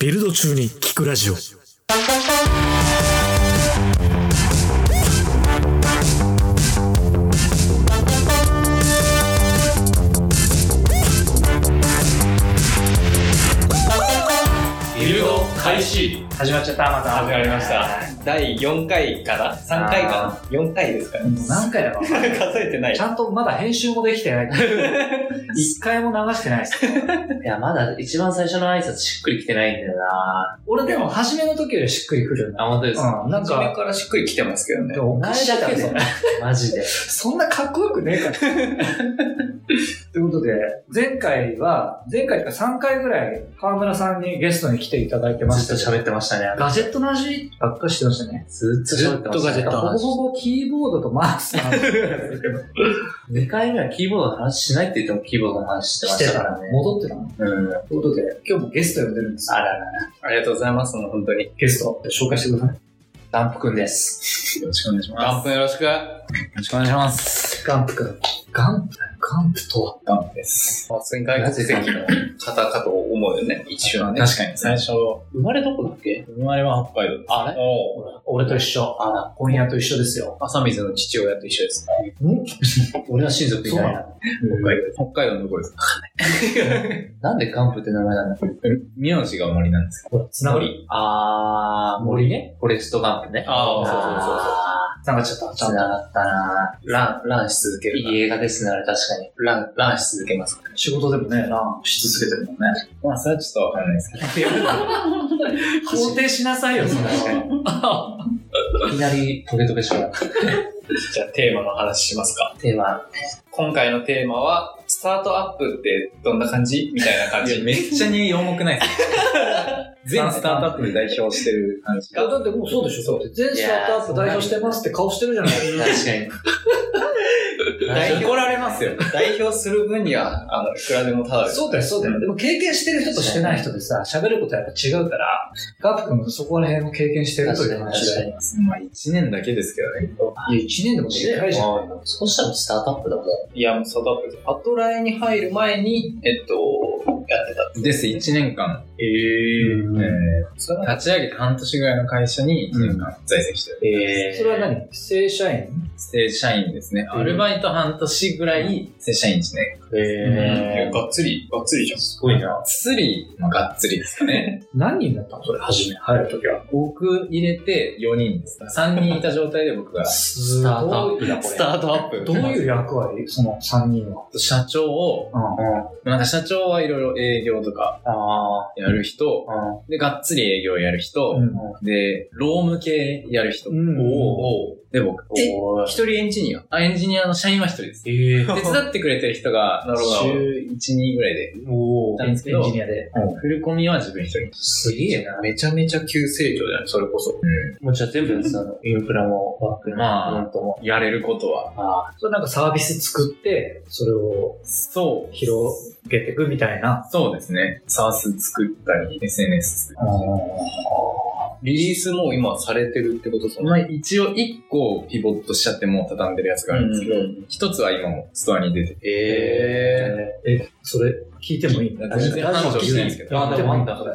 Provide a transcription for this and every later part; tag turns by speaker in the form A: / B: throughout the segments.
A: ビルド中に聞くラジオ。
B: ビルド開始
C: 始まっちゃった、また。
B: 始まりました。第4回かな ?3 回かな ?4 回ですかね。
C: もう何回だろうな
B: 数えてない。
C: ちゃんとまだ編集もできてない。一回も流してないです。
D: いや、まだ一番最初の挨拶しっくりきてないんだよな
C: 俺でも初めの時よりしっくりくるよね
D: あ、本当ですか、
C: うん、なん
B: 初め
C: か、
B: からしっくりきてますけどね。
C: お前
D: 前だ
C: だから
D: から
C: そんな
D: マジで。
C: そんなかっこよくねえから。ということで、前回は、前回とか3回ぐらい、河村さんにゲストに来ていただいてまし
D: ず
C: た
D: っ
C: け
D: と
C: ど。
D: 喋ってましたね。
C: ガジェットの話ばっかりしてましたね。
D: ずっと喋ってましたね。
A: ずっとガジェットの
C: ほぼほぼキーボードとマウスの話してたけど
D: 2回目はキーボードの話しないって言ってもキーボードの話してま
C: して
D: したた
C: ら
D: からね。
C: 戻ってたの。
D: うん。あ
C: ということで、今日もゲスト呼んでるんですよ
D: ららら。
B: ありがとうございます、もう本当に。
C: ゲスト、紹介してください。
D: ダンプくんです。よろしくお願いし
B: ガンプよろしく。ガ
D: よろしくお願いします。
C: ガンプくん。ガンプ、ガンプとは
B: ンプです。まあ、先外国籍
D: なぜ
B: の方かと思うよね、一瞬はね。
E: 確かに、最初、
D: 生まれどこだっけ
E: 生まれは北海道。
D: あれ
B: おう
C: 俺と一緒。
D: あら、
C: 今夜と一緒ですよ。
B: 朝水の父親と一緒です。
D: 俺は親族いないな。
B: 北海道。北海道のどこですか
D: なんでガンプって名前なんだろう
E: 名字が森なんですけ
C: ほら、つながり。
D: あー、森ね。フォレストガンプね。
B: あーそうそうそうそう
D: あ
C: つながっちゃった。
D: ー
C: ちゃん
D: つ
C: と。
D: ながったな
B: ラン、ランし続け
D: い
B: るか
D: い映画ですね、あれ確かに。
B: ら。ラン、ランし続けますか
C: 仕事でもね、なし続けてるもんね。
E: ど。まあ、それはちょっとわからないです けど。
C: 肯定しなさい よ、それ。
D: いきなりトゲトゲしようが
B: じゃあ、テーマの話しますか。
D: テーマ。
B: 今回のテーマは、スタートアップってどんな感じみたいな感じ。
E: めっちゃに四くないですか全スタートアップで代表してる感じが。
C: だってもうそうでしょ、そう。全
D: スタートアップ代表してます
C: って顔してるじゃない
D: 確かに。
B: 代表
E: 怒られますよ。
B: 代表する分には、あの、いくらでもただです。
C: そうだよ、そうだよ。でも経験してる人としてない人でさ、喋ることはやっぱ違うから、ガンプくんもそこら辺も経験してるという話だよ。
E: まあ、一年だけですけどね。
C: いや、1年でも
D: 確
C: 短
D: か
C: い
D: に
C: じゃん。
D: そうしたらスタートアップだもん。
B: いや、もうスタートアップです。アトライに入る前に、えっと、やってた。
E: です、一年間。え
B: それ
E: ー
B: は
E: 立ち上げて半年ぐらいの会社に一年間在籍してる。
D: え
C: それは何正社員
E: 正社員ですね。アルバイト半年ぐらい、正社員一年。
B: え
D: え
B: ー、がっつり、がっつりじゃん。
E: すごいな。釣り、まあ、がっつりですかね。
C: 何人だったのそれ、初め入るときは。
E: 僕入れて4人です。3人いた状態で僕が
C: ス
D: タートアップだ、これ。
E: ートアップ
C: どういう役割その3人は。
E: 社長を、なんか社長はいろいろ営業とか
D: あ
E: やる人、
D: あ。
E: で、がっつり営業やる
C: う
E: 人、
C: ん。
E: で、労務系やる人、
C: うん
E: おーで、僕。
D: おー
B: 一人エンジニア。
E: あ、エンジニアの社員は1人 です。
D: え
E: 手
D: え
E: 伝ってくれてる人が
B: なるほど
E: 週1、2ぐらいで、
D: お
E: な
C: エ
E: ん
C: ン
E: ですけど
C: ジニアで。
E: 振り込みは自分1人。
D: すげえな。
B: めちゃめちゃ急成長じゃないそれこそ。
D: もうじゃあ全部、その、インフラも、バック
E: まあ
D: も、フロントも。
E: やれることは。
D: ああ。
C: それなんかサービス作って、それを
E: そう。
C: 広げていくみたいな。
E: そうですね。サース作ったり、SNS 作ったり。
B: リリースも今されてるってことそ
E: まあ、一応1個ピボットしちゃってもう畳んでるやつがあるんですけど、
B: うん
E: 一つは今もストアに出てて、
B: え
C: え、それ聞いてもいい
E: 全然繁盛してないんですけど
C: ラジオ聞いてもいいんだ、
D: あ
C: それ。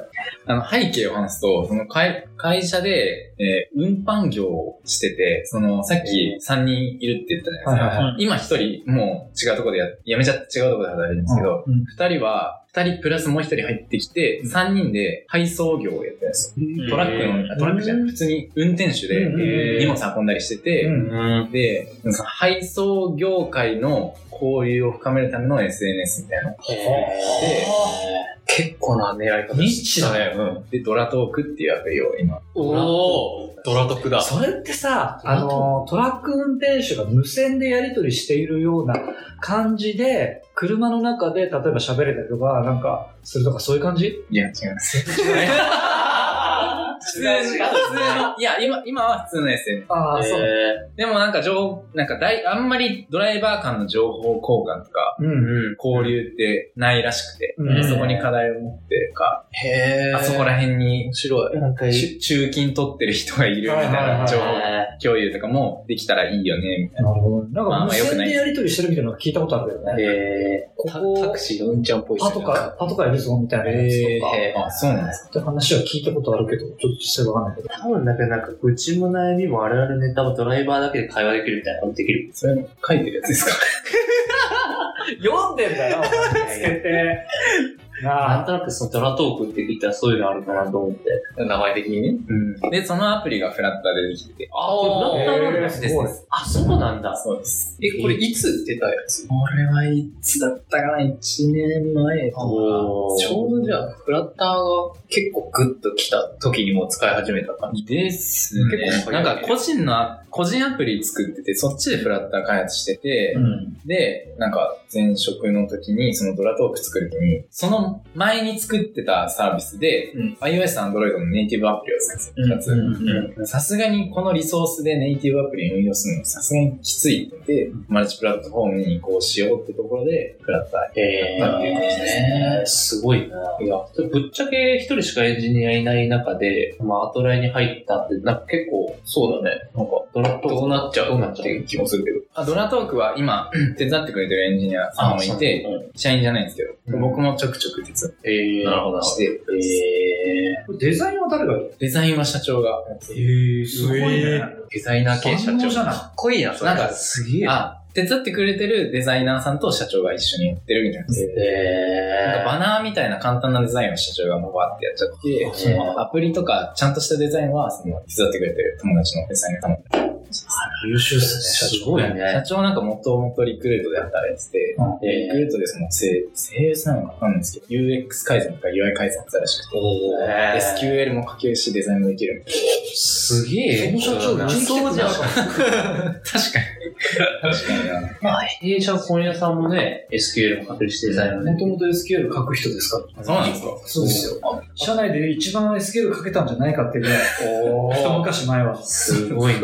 E: あの背景を話すと、その会会社で、えー運搬業をしてて、そのさっき3人いるって言ったじゃないですか。
C: はいはいはい
E: 今1人もう違うところでや、辞めちゃって違うところで働いてるんですけど、
C: うん
E: 2人は、2人プラスもう1人入ってきて、3人で配送業をやってるんですよ。トラックの、あトラックじゃない、普通に運転手
C: うんうん
D: うん
E: で荷物運んだりしてて、
C: う。
D: うんん。
E: で、その配送業界の交流を深めるための SNS みたいなのを
D: へ
E: で
D: 結構な狙い方
C: ニッチだね。
E: ね。うん。で、ドラトークっていうアプリを今。
B: おおドラトクだ。
C: それってさ、あの、トラック運転手が無線でやり取りしているような感じで、車の中で例えば喋れたりとか、なんか、するとかそういう感じ
E: いや、違います。普通の、普通の、いや、今、今は普通の SNS。
C: あ
D: あ、
C: あ、
D: そ
C: そうう。。
E: でもなんか情、なんか大、あんまりドライバー間の情報交換とか、
C: うん。
D: うん。
E: 交流ってないらしくて、
C: うん
E: そこに課題を持ってるか、
B: へー。
E: あそこら辺に
B: 面白い。
D: なんかいい。
E: 中中金取ってる人がいるみたい
C: はいはいは
E: ない情報共有とかもできたらいいよね、みたい
C: なるほどね。なん
E: ま
C: か
E: あ
C: 無
E: まあ良く
C: 線
E: ない
C: でやり取りしてるみたいなの聞いたことあるけどね。
D: え
C: こ
B: タ
C: こ
B: タク、シーのうんちゃんっぽい
C: パとか、パとかいるぞみたいな
E: な。
C: やつとか。
E: えーあ、そうなんです
C: って話は聞いたことあるけど、ちょっと実際わかんないけど。
D: ー、多分だけどなんか、うちも悩みもあるあるネタもドライバーだけで会話できるみたいなのできる。
E: それ書いてるやつですか
C: 読んでんだよ、 つけて。
D: な
C: なんあ。
D: となくそのドラトークって聞いたらそういうのあるかなと思って。
B: 名前的にね。
E: うん。で、そのアプリがフラッターでできてて。
D: あー
C: へ
D: フラッターなん
C: ー
D: だ。
C: す
E: です
C: ごい。
E: です
D: あ、そうなんだ。
E: そうです。
B: え、これいつ出たやつ
E: これはいつだったかな ?1 年前とか。
D: おー
B: ちょうどじゃあ、フラッターが結構グッと来た時にもう使い始めた感じ。
E: です
B: 結構
E: ね。
B: 早
E: ないんか個人のア、個人アプリ作ってて、そっちでフラッター開発してて、
C: うん。
E: で、なんか前職の時に、そのドラトーク作る時に、その前に作ってたサービスで、
B: うん
E: iOS と Android のネイティブアプリを作ってたんですよ、
B: うん
E: 2つ。さすがにこのリソースでネイティブアプリを運用するのさすがにきついってで、マルチプラットフォームに移行しようってところで、フラッター
D: え
E: やったっていう感じです
D: えー、すごいな。いや、ぶっちゃけ一人しかエンジニアいない中で、まあ、アトライに入ったって、なんか結構、
B: そうだね。
D: なんか、ドラッ
B: ど
D: ト
B: うなっちゃ
D: ど
B: う
D: う
B: な
D: な
B: っ
D: っ
B: ち
D: ち
B: ゃ
D: ゃ
B: う
D: う
B: っていう気もするけど。
E: あドラトークは今、手伝ってくれてるエンジニアさんもいて、社員じゃないんですけど、
D: うん
E: 僕もちょくちょく手伝っ
D: えー、
B: なるほど
E: てして、
D: え
C: これデザインは誰がやる
E: デザインは社長がやってて
C: ええ
D: すごいね
B: デザイナー系社
C: 万能
B: 長。
C: じゃない
B: かっこいいな、それ。
E: なん
D: ー、
E: か、
D: すげえ。
E: あ、手伝ってくれてるデザイナーさんと社長が一緒にやってるみたいなんですよ。なん
D: えー、
E: かバナーみたいな簡単なデザインを社長がもうバーってやっちゃって、
D: そうなん
E: アプリとかちゃんとしたデザインはその手伝ってくれてる友達のデザイナーさん
D: 優秀っす
E: す
D: すごいね。
E: 社長なんかもともとリクルートで働いてて、
C: うん
E: でリクルートでその声声優さんなのかわかんないんですけど、UX 改善とか UI 改善をしたらしくて、
D: えー
E: SQL も書けるしデザインもできるみたい
D: すげえ。
C: その社長
D: 理想じゃん。
E: な。確かに。確かにな。
D: まあ、弊社の本屋さんもね、SQL も確立してデザインもね。
C: もともと SQL 書く人ですから。
E: そうなんですか
C: そうですよ。社内で一番 SQL 書けたんじゃないかっていうぐらい、
D: お
C: 一昔前は。
D: すごい ね。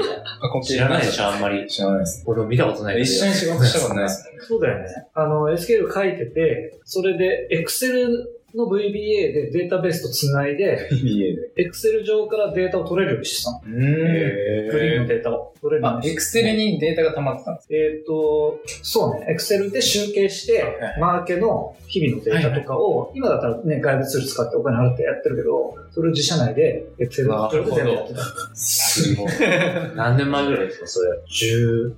D: 知らないでしょ、あんまり。
E: 知らないです。
D: 俺も見たことないけど。
E: 一緒に仕事したことないです。
C: そうだよね。あの、SQL 書いてて、それで Excel の VBA でデータベースとつないで、
E: PBA で。
C: Excel 上からデータを取れるようにしてたの。
E: う
C: グリーンのデータを取れるよう
E: あ、
C: にして
E: エクセルにデータが溜まってたんです
C: えっ、と、そうね、Excel で集計して、
E: はい
C: マーケの日々のデータとかを、今だったらね、外部ツール使ってお金払ってやってるけど、それを自社内で Excel のそれで全部やってた。
D: すごい。何年前ぐらいですか、それ。
C: 10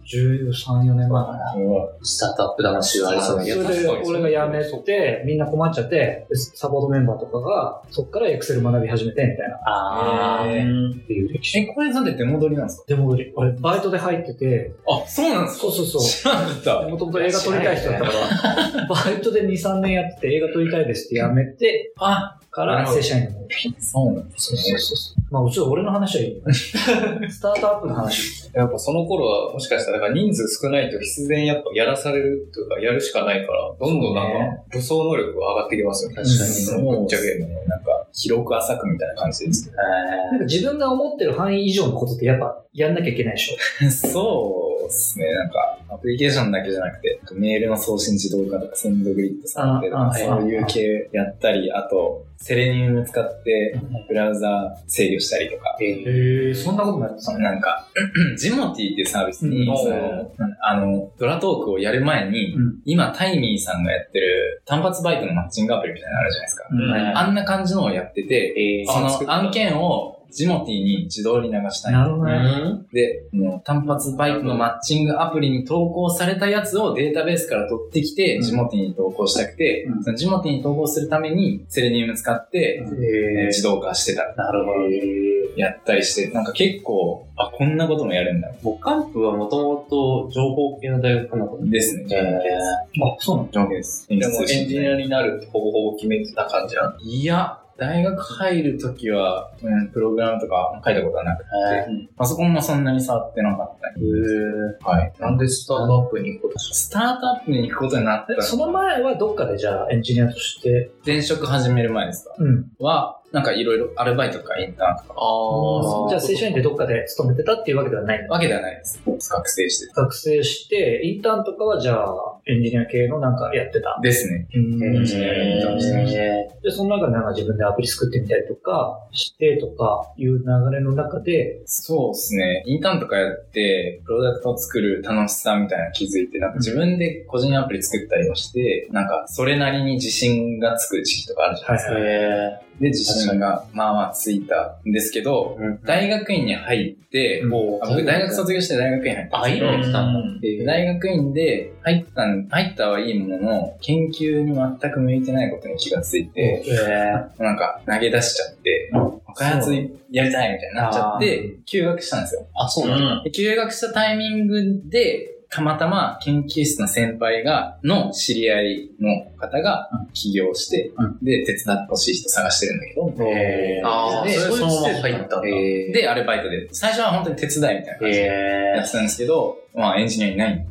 C: 13、4年前かな。
D: スタートアップ魂がありそう
E: そ
D: な
E: う
D: い
E: い
D: や
E: や
C: それで
E: 確かにそう
C: 俺が辞めて、みんな困っちゃって、でサポートメンバーとかが、そこから Excel 学び始めてみたいな。
D: あ
E: え
D: ー、
C: っていう歴史。
E: え、これなんで出戻りなんですか
C: でも俺、俺バイトで入ってて、
E: あ、そうなんですか
C: そうそうそう。
E: 知らなかった。
C: もともと映画撮りたい人だったから、バイトで2、3年やってて映画撮りたいですって辞めて
E: あ、
C: から正社員になった
E: そうなんですね。
C: まあ、うちは俺の話はいいよね。 スタートアップの話。
B: やっぱその頃は、もしかしたら、人数少ないと必然やっぱやらされるというか、やるしかないから、どんどんなんか、武装能力が上がってきますよね。
D: 確かに
B: うん
E: も
B: ぶ
E: う
B: っちゃけ。
E: なんか、広く浅くみたいな感じです
C: なんか自分が思ってる範囲以上のことってやっぱやんなきゃいけないでしょ。
E: ね。そうですね。なんか、アプリケーションだけじゃなくて、メールの送信自動化とか、センドグリッドさんと
C: ああ
E: か、そういう系やったり、あと、セレニウム使って、ブラウザ制御したりとか。
C: へえ、そんなこともやってたの
E: なんか、 ジモティっていうサービスに、
B: うん
E: そのあの、ドラトークをやる前に、
C: うん
E: 今、タイミーさんがやってる単発バイトのマッチングアプリみたいなのあるじゃないですか。
C: うん
D: はい
E: あんな感じのをやってて、
D: えー、
E: そ
B: あ作っ
E: の
B: た
E: 案件をジモティに自動に流したい。
C: なるほどね。
D: ん
E: で、もう単発バイクのマッチングアプリに投稿されたやつをデータベースから取ってきて、
C: うん
E: ジモティに投稿したくて、
C: うん
E: そのジモティに投稿するためにセレニウム使って、えー
D: え
E: 自動化してた。
D: ー、なるほど。
E: やったりして、なんか結構、あ、こんなこともやるんだ。
D: 僕、カンプはもともと情報系の大学なのかな
E: ですね、
D: えー
C: あ、そうなの
E: 条件です。
B: でも、エンジニ
E: ア。
B: アになるってほぼほぼ決めてた感じなんだ
E: いや、大学入るときは、うん、プログラムとか書いたことはなくて、
D: え
E: パソコンもそんなに触ってなかったり。はい。
B: なんでスタートアップに行こうとし
E: スタートアップに行くことになった
C: えその前はどっかでじゃあエンジニアとして、
E: 前職始める前ですか
C: うん。
E: は、なんかいろいろアルバイトとかインターンとか
B: たの
C: じゃあ正社員でどっかで勤めてたっていうわけではないの
E: わけではないです。学生して
C: 学生して、インターンとかはじゃあ、エンジニア系のなんかやってた。
E: ですね。
C: うん
E: ジニアに関しては
C: で、その中でなんか自分でアプリ作ってみたりとかしてとかいう流れの中で、
E: そうですね。インターンとかやって、プロダクトを作る楽しさみたいなの気づいて、なんか自分で個人アプリ作ったりもして、なんかそれなりに自信がつく時期とかあるじゃないですか。
C: はい
D: え
E: で、自信がまあまあついたんですけど、
D: ー。
E: 大学院に入って、
D: も
E: あ僕大学卒業して大学院入ったん
D: あ、
E: です
D: いい
E: けど
D: の来たんだ。
E: で大学院で入ったん、入ったはいいものの、研究に全く向いてないことに気がついて、
D: え
E: なんか投げ出しちゃって、開発やりたいみたいになっちゃって、休学したんですよ。
D: ー。あ、そうなんだ。
E: で休学したタイミングで、たまたま研究室の先輩が、の知り合いの方が起業して、で、手伝ってほしい人探してるんだけど、
D: えー。
B: あー
D: で
B: それ
D: そのまま入ったんだ。
E: でアルバイトで、最初は本当に手伝いみたいな感じで
D: え
E: やってたんですけど、まあエンジニアいない、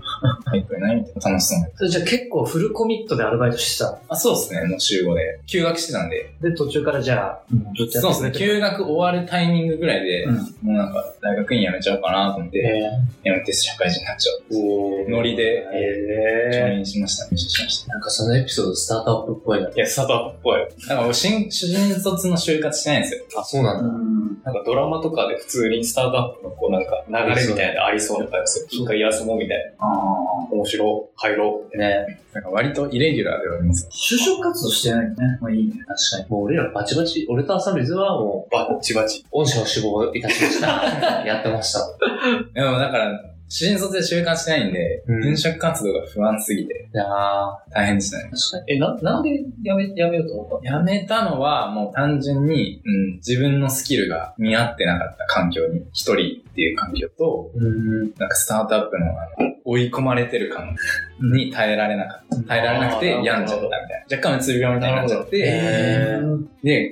E: 入ってないみたいな楽しそうな。
C: それじゃあ結構フルコミットでアルバイトしてた。
E: あ、そうですね、もう週5で。休学してたんで。
C: で、途中からじゃあ、うんずっと
E: そう
C: や
E: で
C: ってくれ
E: すね、
C: て
E: 休学終わるタイミングぐらいで、
C: うん
E: もうなんか大学院辞めちゃおうかなと思っ
D: ー。
E: て、辞
D: え
E: めて社会人になっちゃう。
D: ー。おー
E: ノリで、ジョ
D: え
E: インしました、入社しました。
D: ー。なんかそのエピソードスタートアップっぽいな。
B: いや、スタートアップっぽい。
E: なんかもう新、新卒の就活してないんですよ。
D: あ、そうなん
B: な
D: だ。
B: んかドラマとかで普通にスタートアップのこうなんか流れみたいなのありそうな感じですよ。一回休もうみたいな。面白い、入ろう。
D: ね
E: なんか割とイレギュラーではあります。
C: 就職活動してないのね。まあいいね。
D: 確かに。もう俺らバチバチ、俺と朝水はもう、
B: バッチバチ。
D: 御社を志望いたしました。やってました。
E: でもだから、新卒で就活してないんで、
D: うん
E: 転職活動が不安すぎて
D: いやー
E: 大変でしたね。
B: え、な、なんでやめ、やめようと思ったの
E: 辞めたのはもう単純に、うん、自分のスキルが見合ってなかった環境に、一人っていう環境と、
D: うん。
E: なんかスタートアップのあの追い込まれてる感に耐えられなかった。耐えられなくて
B: あー
E: 病んじゃったみたいな。若干うつ病みたいになっちゃっ
D: なる
E: て、
D: え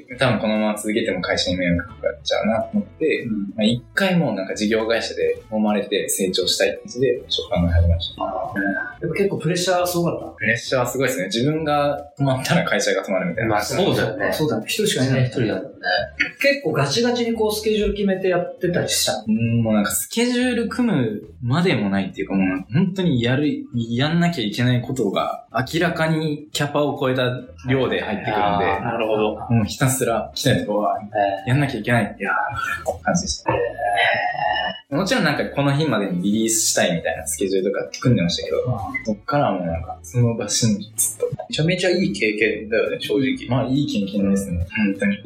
E: で、多分このまま続けても会社に迷惑かかっちゃうなと思って、まあ、一回もうなんか事業会社で揉まれて成長したいって感じで、食感が始まりました。
C: やっぱ結構プレッシャーすごかっ
E: プレッシャーはすごいですね。自分が止まったら会社が止まるみたいな。
D: まあそうだよ
C: た。
D: ね。
C: そうだね。一人しかいない。
D: 一人だもんね。
C: 結構ガチガチにこうスケジュール決めてやってたりした。
E: うん、もうなんかスケジュール組むまでもないっていうかもう本当にやる、やんなきゃいけないことが明らかにキャパを超えた量で入ってくるん
D: あ
E: で、
B: なるほど。
E: もうひたすら来たいとこはやんなきゃいけない。いやー、みたいな感じでした。もちろんなんかこの日までにリリースしたいみたいなスケジュールとか組んでましたけど、そっからはもうなんかその場しのぎずっと。
B: めちゃめちゃいい経験だよね、正直。
E: まあいい経験ですね、本当に。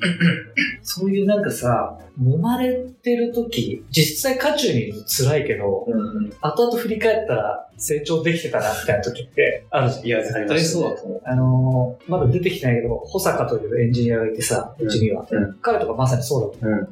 C: そういうなんかさ、揉まれてる時、実際渦中にいると辛いけど、
B: うん。
C: 後々振り返ったら成長できてたなみたいな時ってあるじゃん。
B: いや、絶対そうだと思う。
C: あのーまだ出てきてないけど、保坂というエンジニアがいてさ、うちには。
D: う
C: 彼とかまさにそうだと思う
D: うん。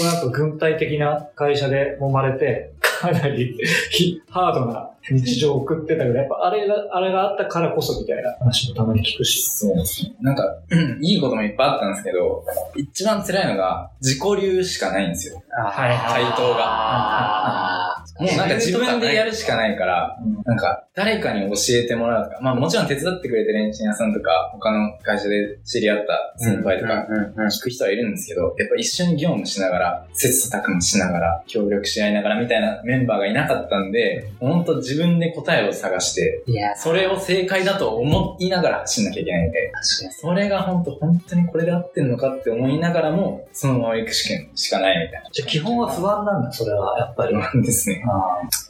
C: 相当なんか軍隊的な会社で揉まれて、かなり ひハードな日常を送ってたけど、やっぱあれが、あれがあったからこそみたいな話もたまに聞くし。
E: そうですね。なんか、 うんいいこともいっぱいあったんですけど、一番辛いのが、自己流しかないんですよ。
C: はい
E: 回答
D: が。
E: もうなんか自分でやるしかないから、なんか、誰かに教えてもらうとか、まあもちろん手伝ってくれてるエンジニアさんとか、他の会社で知り合った先輩とか、聞く人はいるんですけど、やっぱ一緒に業務しながら、切磋琢磨しながら、協力し合いながらみたいなメンバーがいなかったんで、本当自分で答えを探して、
D: いや、
E: それを正解だと思いながら走んなきゃいけないんで、
D: 確かに。
E: それが本当、本当にこれで合ってんのかって思いながらも、そのまま行く試験しかないみたいな。
C: じゃあ基本は不安なんだ、それは、やっぱり。
E: 不安ですね。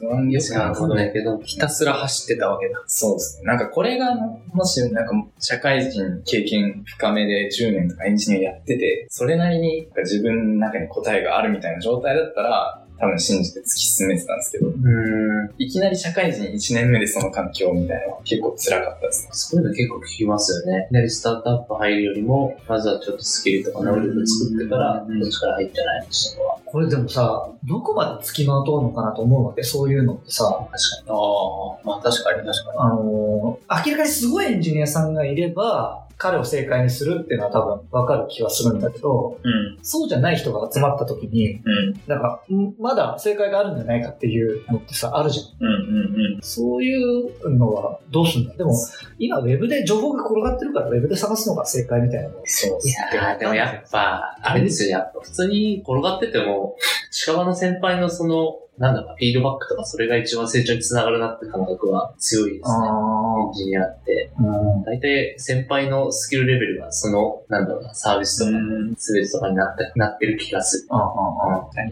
E: 不安で
D: よ
E: す
D: く
E: ね
D: わ。かんないけど、
B: ひたすら走ってたわけだ。
E: そうですね。なんかこれが、もし、なんか社会人経験深めで10年とかエンジニアやってて、それなりになんか自分の中に答えがあるみたいな状態だったら、多分信じて突き進めてたんですけど、
D: うん。
E: いきなり社会人1年目でその環境みたいなのは結構辛かったですね。
D: そういうの結構聞きますよね。いきなりスタートアップ入るよりも、まずはちょっとスキルとか能力作ってから、
E: うん
D: どっちから入ってないとしたのは。
C: これでもさ、どこまで付きまとうのかなと思うわけ、そういうのってさ、
D: 確かに。ああ、まあ確かに確か
C: あのー明らかにすごいエンジニアさんがいれば、彼を正解にするっていうのは多分わかる気はするんだけど、
B: うん。
C: そうじゃない人が集まった時に、
B: うん。
C: なんか、んまだ正解があるんじゃないかっていうのってさ、あるじゃん。
B: うん。うん。
C: そういうのはどうすんだでも、今ウェブで情報が転がってるからウェブで探すのが正解みたいなの。
E: そうで
D: に。い
E: すね。
D: やー、でもやっぱ、あれですよ、やっぱ普通に転がってても、近場の先輩のその、なんだろうな、フィードバックとかそれが一番成長につながるなって感覚は強いですね。エンジニアって。
C: うん
D: 大体先輩のスキルレベルがその、なんだろうな、サービスとか、
B: ん。
D: 全てとかになって、なってる気がする。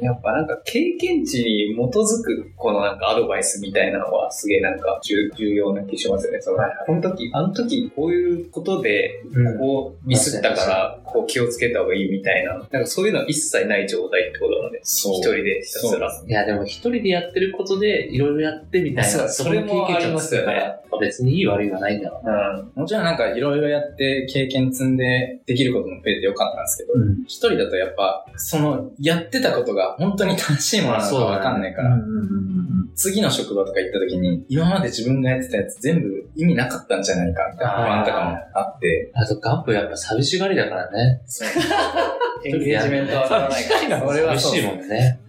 B: やっぱなんか経験値に基づくこのなんかアドバイスみたいなのはすげえなんか重重要な気しますよね。その、この時、あの時こういうことで
D: うん。
B: こうミスったからこう気をつけた方がいいみたいな、なんかそういうのは一切ない状態ってことなので、
E: そう
B: 一人でひたすら。
D: いや、でも一人でやってることで、いろいろやってみたい
B: そう
D: な、この経験値をつけた
B: それもありますよね
D: ら別にいい悪いはないんだろうな。
B: うん。
E: もちろんなんかいろいろやって経験積んでできることも増えてよかったんですけど、
C: うん
E: 一人だとやっぱ、そのやってたことが本当に正しいものなのかわかんないから、次の職場とか行った時に、今まで自分がやってたやつ全部意味なかったんじゃないかみたいな不安とかもあって、
D: あと、ガンプやっぱ寂しがりだからね。
B: エンゲージメントは上がらないから。
E: それは
D: 寂
E: そう
D: しいもんね。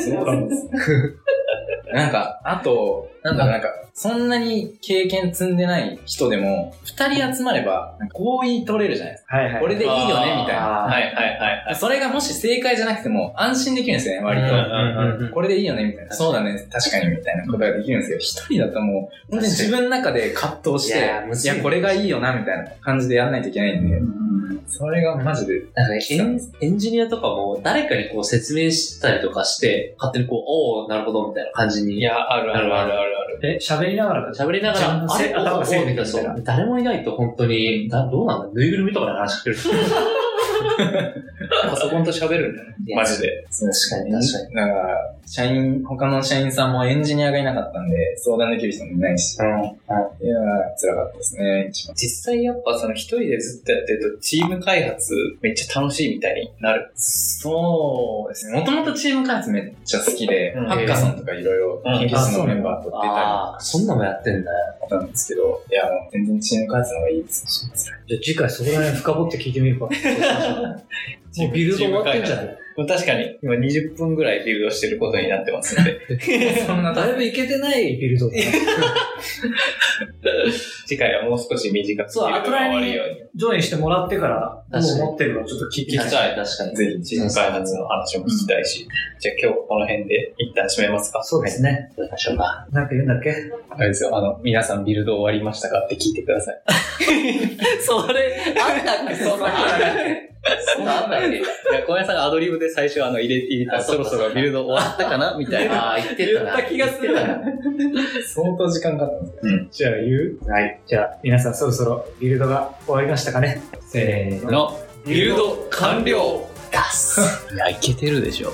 E: そうなんです。 なんか、あと、なんだろうなんか、そんなに経験積んでない人でも、二人集まれば、なんか合意取れるじゃないですか。
C: はいはい。
E: これでいいよね、みたいな。
D: あ
B: はいはいはい。
E: それがもし正解じゃなくても、安心できるんですよね、割と。
B: うんうん
E: これでいいよねみたいな。そうだね、確かにみたいなことができるんですけど、一人だともう、本当に自分の中で葛藤して、
D: い
E: い
D: やーむずい
E: や、これがいいよなみたいな感じでやんないといけないんで、それがマジで、
D: なんかねエンエンジニアとかも誰かにこう説明したりとかして、勝手にこう、おおなるほどみたいな感じに。
B: いや、あるあるあるあるある。
C: え、喋りながらだ
D: 喋りながら、
C: じゃあ
D: あれ、
C: 頭が
D: おお
C: 整理
D: みたいな
C: みたいな
D: そう誰もいないと本当に、だどうなんだぬいぐるみとかで話してる。
B: パソコンと喋るんだよね。
D: いや
B: マジで。
E: 確
D: かに確か
E: に。だから、社員、他の社員さんもエンジニアがいなかったんで、相談できる人もいないし、いやー、辛かったですね、一番。
B: 実際やっぱその一人でずっとやってるとチーム開発めっちゃ楽しいみたいになる。
E: そうですね。もともとチーム開発めっちゃ好きで、
B: うん
E: ハッカソンとかいろいろ、研究室のメンバーと出た
D: ああ、そんなもやってんだよ。
E: りだったんですけど、いや、もう全然チーム開発の方がいいです。
C: じゃあ次回そこら辺深掘って聞いてみるか。もうビルド終わってんじゃない
B: もう確かに今20分ぐらいビルドしてることになってますん で、
E: そんな
C: だいぶいけてないビルドだね。
B: 次回はもう少し短く
C: そう
B: ビルドが終わるように。
C: ジョインしてもらってから、ど
D: 確か
C: う
D: に
C: 思ってるかちょっと聞いてみ
B: 確
C: たい
B: かに
D: 確かに。
E: ぜひ、
B: チーム開発の話も聞きたいし。じゃあ今日この辺で一旦締めますか。
C: そうですね。
D: どうしましょうか。
C: なんか言うんだっけ
B: あれですよ、あの、皆さんビルド終わりましたかって聞いてください。
D: それ、あったっけそんなそんなあったっけ
B: いや、小林さんがアドリブで最初あの入れ入れた
D: あ
B: そ
D: そう
B: ろ
D: か
B: そろビルド終わったかなみたいな。
D: ああ、言ってたな。
C: 言った気がする
D: 言って
E: 相当時間かかったんです
C: じゃあ言う
D: たなはい。
C: じゃあ皆さんそろそろビルドが終わりましたかね
B: せーの。ビルド完了
D: 出す。
B: いや、いけてるでしょ。